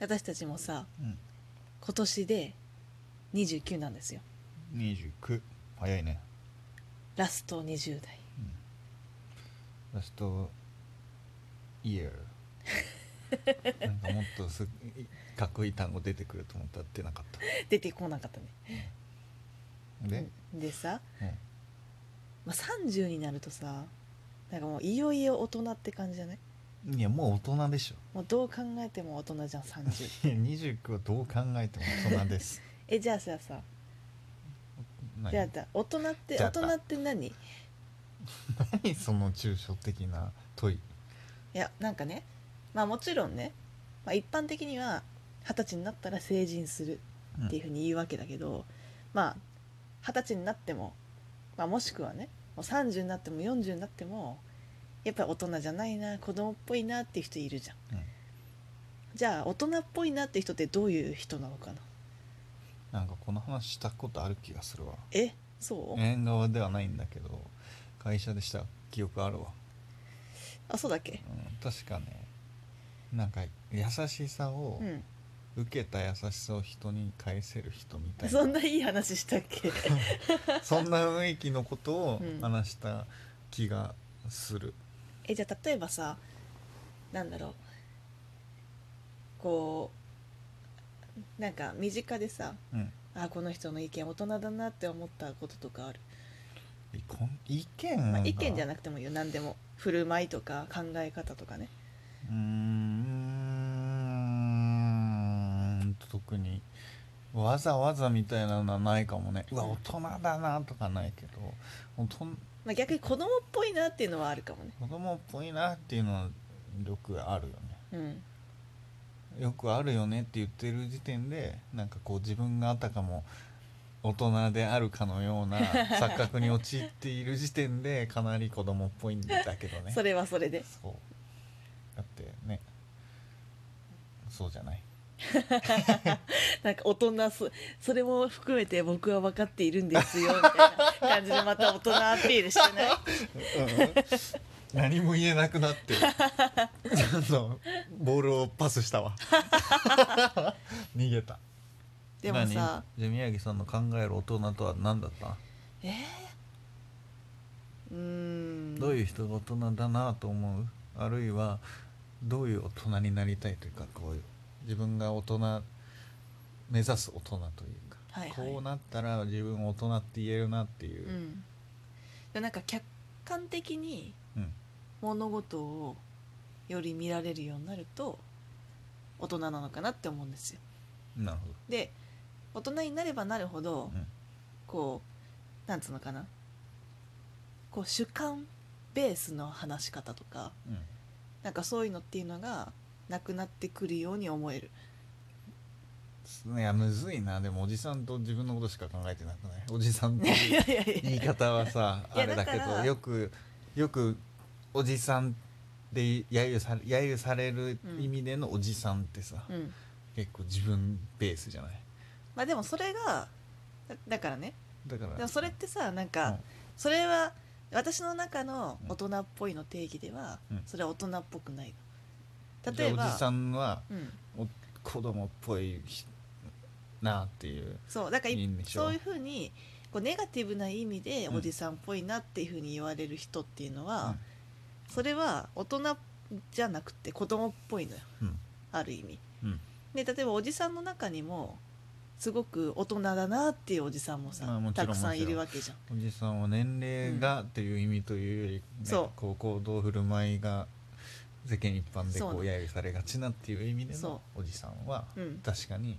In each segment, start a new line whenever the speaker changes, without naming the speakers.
私たちもさ
うん
今年で29なんですよ
29早いね
ラスト20代
ラストイヤーなんかもっとすかっこいい単語出てくると思ったら出なかっ
出てこなかったね
たで、
でさ、
うん
まあ、30になるとさなんかもういよいよ大人って感じじゃない
いやもう大人でしょ
もうどう考えても大人じゃん30
いや29はどう考えても大人です
えじゃあささ
何
じゃあだ大人って
じゃ
大
あだ
人って何い
何その抽象的な問い
やなんかねまあもちろんね、まあ、一般的には二十歳になったら成人する
うん
っていうふうに言うわけだけど、まあ二十歳になっても、まあ、もしくはねもう30になっても40になってもやっぱり大人じゃないな子供っぽいなっていう人いるじゃん、
うん
じゃあ大人っぽいなって人ってどういう人なのかな
なんかこの話したことある気がするわ
えそう
縁側ではないんだけど会社でした記憶あるわ、
あそうだっけ
うん、確かねなんか優しさを、
うん
受けた優しさを人に返せる人みたいな
そんないい話したっけ
そんな雰囲気のことを
うん
話した気がする、
えじゃあ例えばさなんだろうこうなんか身近でさ
うん
あこの人の意見大人だなって思ったこととかある、
えこん意見
まあ、意見じゃ
な
な
い
くてもいいよ何でも振る舞いとか考え方とかね
うーん特にわざわざみたいなのはないかもねうわ大人だなとかないけど大人
まあ、逆に子供っぽいなっていうのはあるかもね
子供っぽいなっていうのはよくあるよね
うん
よくあるよねって言ってる時点でなんかこう自分があたかも大人であるかのよ うな錯覚に陥っている時点でかなり子供っぽいんだけどね
それはそれで
そうだってねそうじゃない
なんか大人そそれも含めて僕は分かっているんです よみたいな感じでまた大人アピールしてない
何も言えなくなってあのボールをパスし たわ逃げた
でもさ
何じゃあ宮城さんの考える大人とは何だった
えー、うーん
どういう人が大人だなと思うあるいはどういう大人になりたいというかこう自分が大人目指す大人というか、
はいはい
こうなったら自分大人って言えるなっていうう、
ん、でなんか客観的に
うん
物事をより見られるようになると大人なのかなって思うんですよ。
なるほ
で大人になればなるほど
ど、うん
こうなんつうのかなこう主観ベースの話し方とか
うん
なんかそういうのっていうのがなくなってくるように思える。
いやむずいなでもおじさんと自分のことしか考えてなくないおじさんっ
い
て
や
いう
いやいや
言い方はさ
いや
あれだけ
だ
ど
から
よくよくおじさんで揶揄され揶揄される意味でのおじさんってさ、
うん
結構自分ベースじゃない
まあでもそれがだだからね
だから
でもそれってさなんか、
うん
それは私の中の大人っぽいの定義では、
うん
それは大人っぽくないの
じゃ
例えば
あおじさんは
うん、
お子供っぽいひなっていう
そうだからい
いいんでしょ
そういうふうにこうネガティブな意味で
うん
おじさんっぽいなっていうふうに言われる人っていうのは、
うん
それは大人じゃなくて子供っぽいのよ
うん
ある意味
うん
で例えばおじさんの中にもすごく大人だなっていうおじさんもさ、
まあもちろ
たく
ん
さんい
もち
る
ろ
わ
ん
けじゃん
おじさんは年齢がっていう意味というより、ね
そう
こう行動振る舞いが世間一般で
そう
こ
なの
う揶揄されがちなっていう意味での
そ
おじさんは
うん
確かに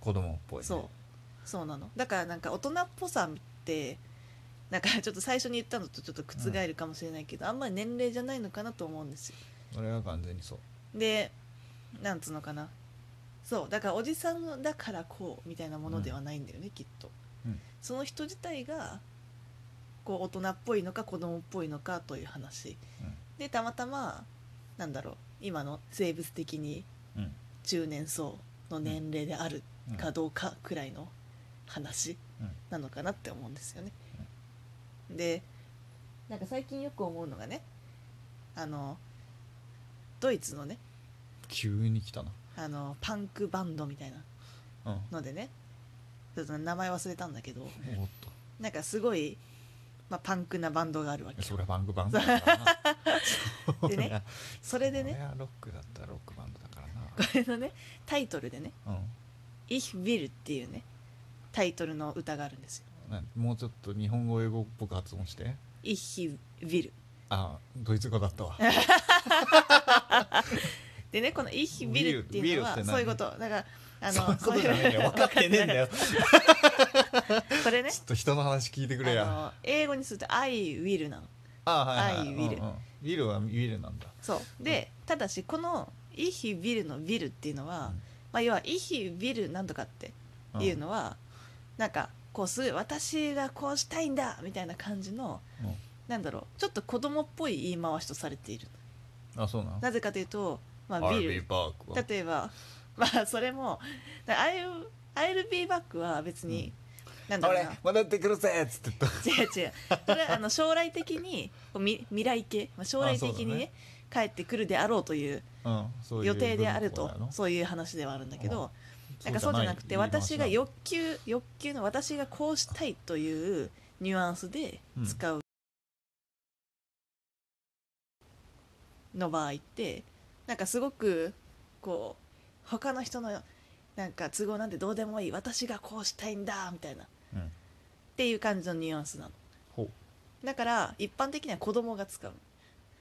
子供っぽい、ね、
そうそうなのだからなんか大人っぽさってなんかちょっと最初に言ったのとちょっと覆るかもしれないけど、あんまり年齢じゃないのかなと思うんですよ
俺は完全にそう
でなんつうのかなそうだからおじさんだからこうみたいなものではないんだよね、きっと、
うん
その人自体がこう大人っぽいのか子供っぽいのかという話でたまたまなんだろう今の生物的に
うんうん
中年層の年齢である
うん
かどうかくらいの話
うん
なのかなって思うんですよね。でなんか最近よく思うのがねあのドイツのね
急に来たな
あのパンクバンドみたいな
うん、
のでねちょっと名前忘れたんだけど
おっと
なんかすごい、まあ、パンクなバンドがあるわけ
それはバンクバンドだからなそりゃ
でねそれで
そり
ね
ゃロックだったらロックバンドだから
これのねタイトルでね
な、うん
「Ich will」っていうねタイトルの歌があるんですよ
なもうちょっと日本語英語っぽく発音して
「Ich will
あドイツ語 だったわ」
でねこの「Ich will」っていうの
Will って
は
何
そういうことだからあ
そうい
の
うことじゃねえんだよ分かってねえんだよちょ
これね
っと人の話聞いてくれや
あの英語にすると「I will」なの
あはいはい
I will
うんうんウィルはウィルなんだ
そうでただしこの「Ich will」の「will」っていうのは、
うん
まあ、要は「Ich will」なんとかって
ん
いうのは、なんかこうすごい私がこうしたいんだみたいな感じの、
うん
なんだろうちょっと子供っぽい言い回しとされている
あそうなの
なぜかというと、まあ、
I'll
ビ
be
ル
back は
例えばまあそれも「だ I'll, I'll be back」は別に、なんだろう
俺
な
戻ってくるぜっつって言っ
違う違うそれはあの将来的にこうみ未来系、まあ、将来的
あそう
にね
だね
帰ってくるであろうという
た、うん、そういう
予定である
文
と
法やろ
そういう話ではあるんだけど、
そ
なんかそうじゃなくて私が
よ
欲求欲求の私がこうしたいというニュアンスで使うの場合ってなんかすごくこう他の人のなんか都合なんてどうでもいい私がこうしたいんだみたいなっ
うん
ていう感じのニュアンスなの
ほ
だから一般的には子供が使う
う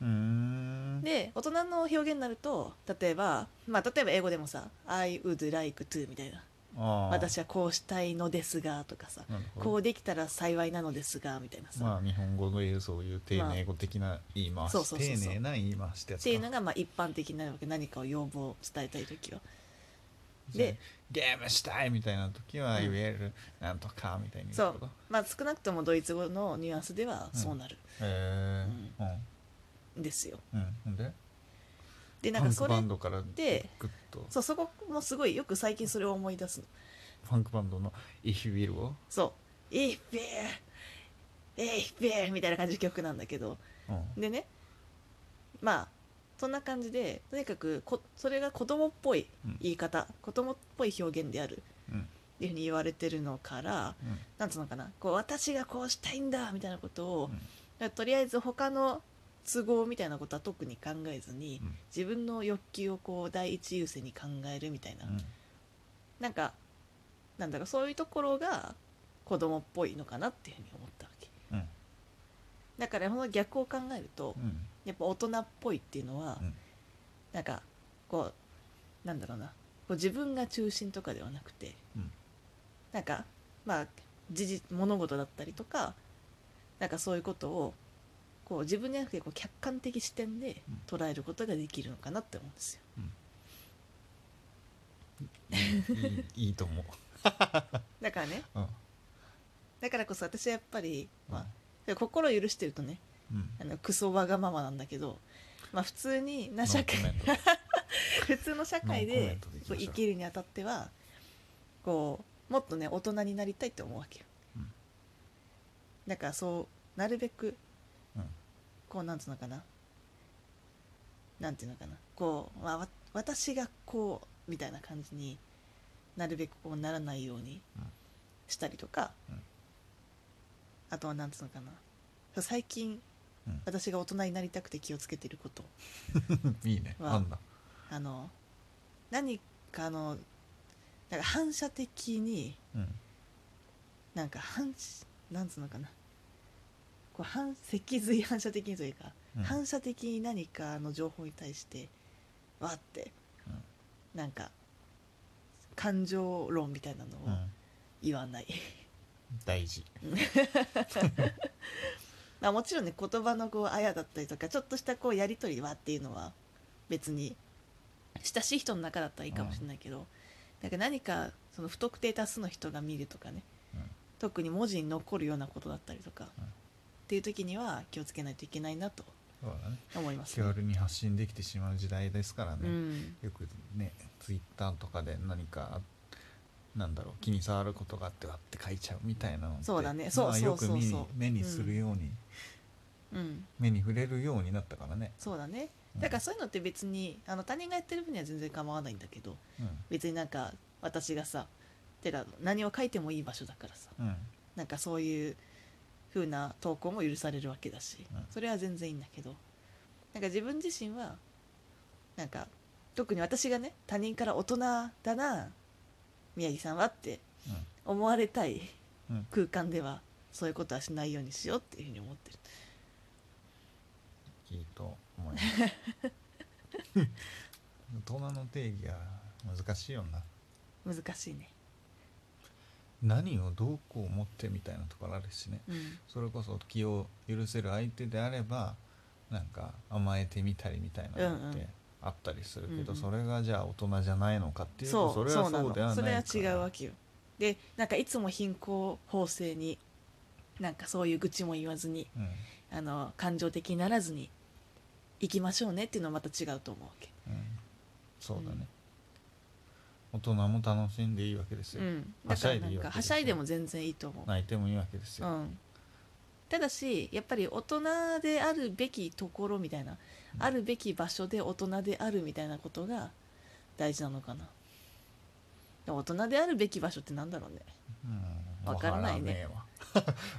うーん
で大人の表現になると例えばまあ例えば英語でもさ「I would like to」みたいな「
あー
私はこうしたいのですが」とかさ
なるほど
こうできたら幸いなのですがみたいなさ、
まあ日本語の言うそういう丁寧語的な言い回し、
そうそうそうそう
丁寧な言い回しってやつ
っ
か
ていうのがまあ一般的になるわけ何かを要望を伝えたい時は
じゃあ
で
ゲームしたいみたいな時は
う
い
ん
わゆるなんとかみたいに
そ
言う
うまあ少なくともドイツ語のニュアンスではそうなる
へえうん
んですよ、
うんほんで
でなん
パ
か
ンク
それ
バンドからグ
で
ッと
そうそこもすごいよく最近それを思い出すの
パンクバンドの「If You Will」を
そう「イッペーイッペー」みたいな感じの曲なんだけど
うん
でねまあそんな感じでとにかくこそれが子供っぽい言い方、子供っぽい表現である
うん
っていうふうに言われてるのから
うん
なんつうのかなこう私がこうしたいんだみたいなことを
うん、
とりあえず他の都合みたいなことは特に考えずに、
うん
自分の欲求をこう第一優先に考えるみたいな、
うん
なんかなんだろうそういうところが子供っぽいのかなっていうふうに思ったわけ
うん
だからこの逆を考えると、
うん
やっぱ大人っぽいっていうのは、
うん
なんかこうなんだろうなこう自分が中心とかではなくて、
うん
なんかまあ事実物事だったりとかなんかそういうことをこう自分じゃなくてこう客観的視点で捉えることができるのかなって思うんですよ。
いいいいと思う、
だからね
うん
だからこそ私はやっぱり、
うん
まあ、心を許してるとね
うん、
あのクソわがままなんだけど、まあ、普通にな社会
ノーコメント で
普通の社会
ノーコメ
で
ントでいき
こ
ま
う
しょう
生きるにあたってはこうもっとね大人になりたいって思うわけよ、
うん
だからそうなるべく、
うん
こうなんつうのかななんていうのかなこう、まあわ、私がこうみたいな感じになるべくこうならないように
うん
したりとか、
うん
あとはなんつうのかなそう最近、
うん
私が大人になりたくて気をつけてること
いいね
わ
なんだ
あの何かのなんか反射的に
うん
なんか反しなんつうのかなこう反脊髄 反射的にというか、
うん
反射的に何かの情報に対してわーって、
うん
なんか感情論みたいなの
う
を
ん
言わない、
大事
まあもちろんね言葉のこうあやだったりとかちょっとしたこうやり取りはっていうのは別に親しい人の中だったらいいかもしれないけど、なんか何かその不特定多数の人が見るとかね、
うん
特に文字に残るようなことだったりとか、
うん
っていう時には気をつけないといけないなと
そうだね
思います
気
ね。
軽に発信できてしまう時代ですから
う
ね、
ん、
よくねツイッターとかで何かなんだろう気に障ることがあってわって書いちゃうみたいなのって
そうだねそう
まあ
そうそうそう
よく目に目にするように、
うん、
目に触れるようになったからね
そうだねだからそういうのって別にあの他人がやってる分には全然構わないんだけど
うん
別になんか私がさてか何を書いてもいい場所だからさ
うん
なんかそういう風な投稿も許されるわけだし、
うん
それは全然いいんだけどなんか自分自身はなんか特に私がね他人から大人だな宮城さんはって思われたい
うん
空間ではそういうことはしないようにしようっていうふうに思ってる
いいと思います 大人の定義は難しいよな
難しいね、
何をどうこう思ってみたいなところあるしね
うん、
それこそ気を許せる相手であればなんか甘えてみたりみたいなのっ
うんう
て
ん
あったりするけど、
うんうん
それがじゃあ大人じゃないのかっていう
そ
と
うそ
それは
うな
そうでは
のそれ
な
はい
か
違う
ら
わけよでなんかいつも貧困法制になんかそういう愚痴も言わずに
うん
あの感情的にならずに行きましょうねっていうのはまた違うと思うわけ
うんそうだね、大人も楽しんでいいわけですよ、
うん、だ
はし
か
ゃ
ら
いで
ない
い
ん
わけ
か
ですよ
はしゃいでも全然いいと思う、
泣いてもいいわけですよ、
うん、ただしやっぱり大人であるべきところみたいな、
うん
あるべき場所で大人であるみたいなことが大事なのかなでも大人であるべき場所ってなんだろうね
うん
わからないね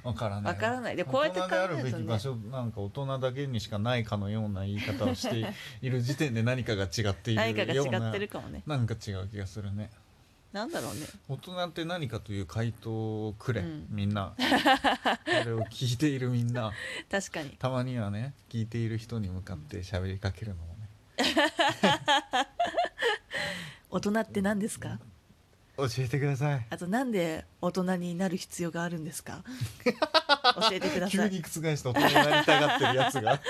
わ からねえわわからない
わからないでこうやって考えるとね
大人であるべき場所なんか大人だけにしかないかのような言い方をしている時点で何かが違ってい
何かが
るような
違ってるかもね
なんか違う気がするね
なんだろうね
大人って何かという回答をくれ、
うん
み んなこれを聞いているみんな
確かに
たまにはね聞いている人に向かって喋りかけるのもね
大人って何ですか
教えてください
あとなんで大人になる必要があるんです か教えてくださ
急
い
に 覆して大人になりたがってるやつが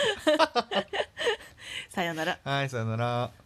さよなら
はいさよなら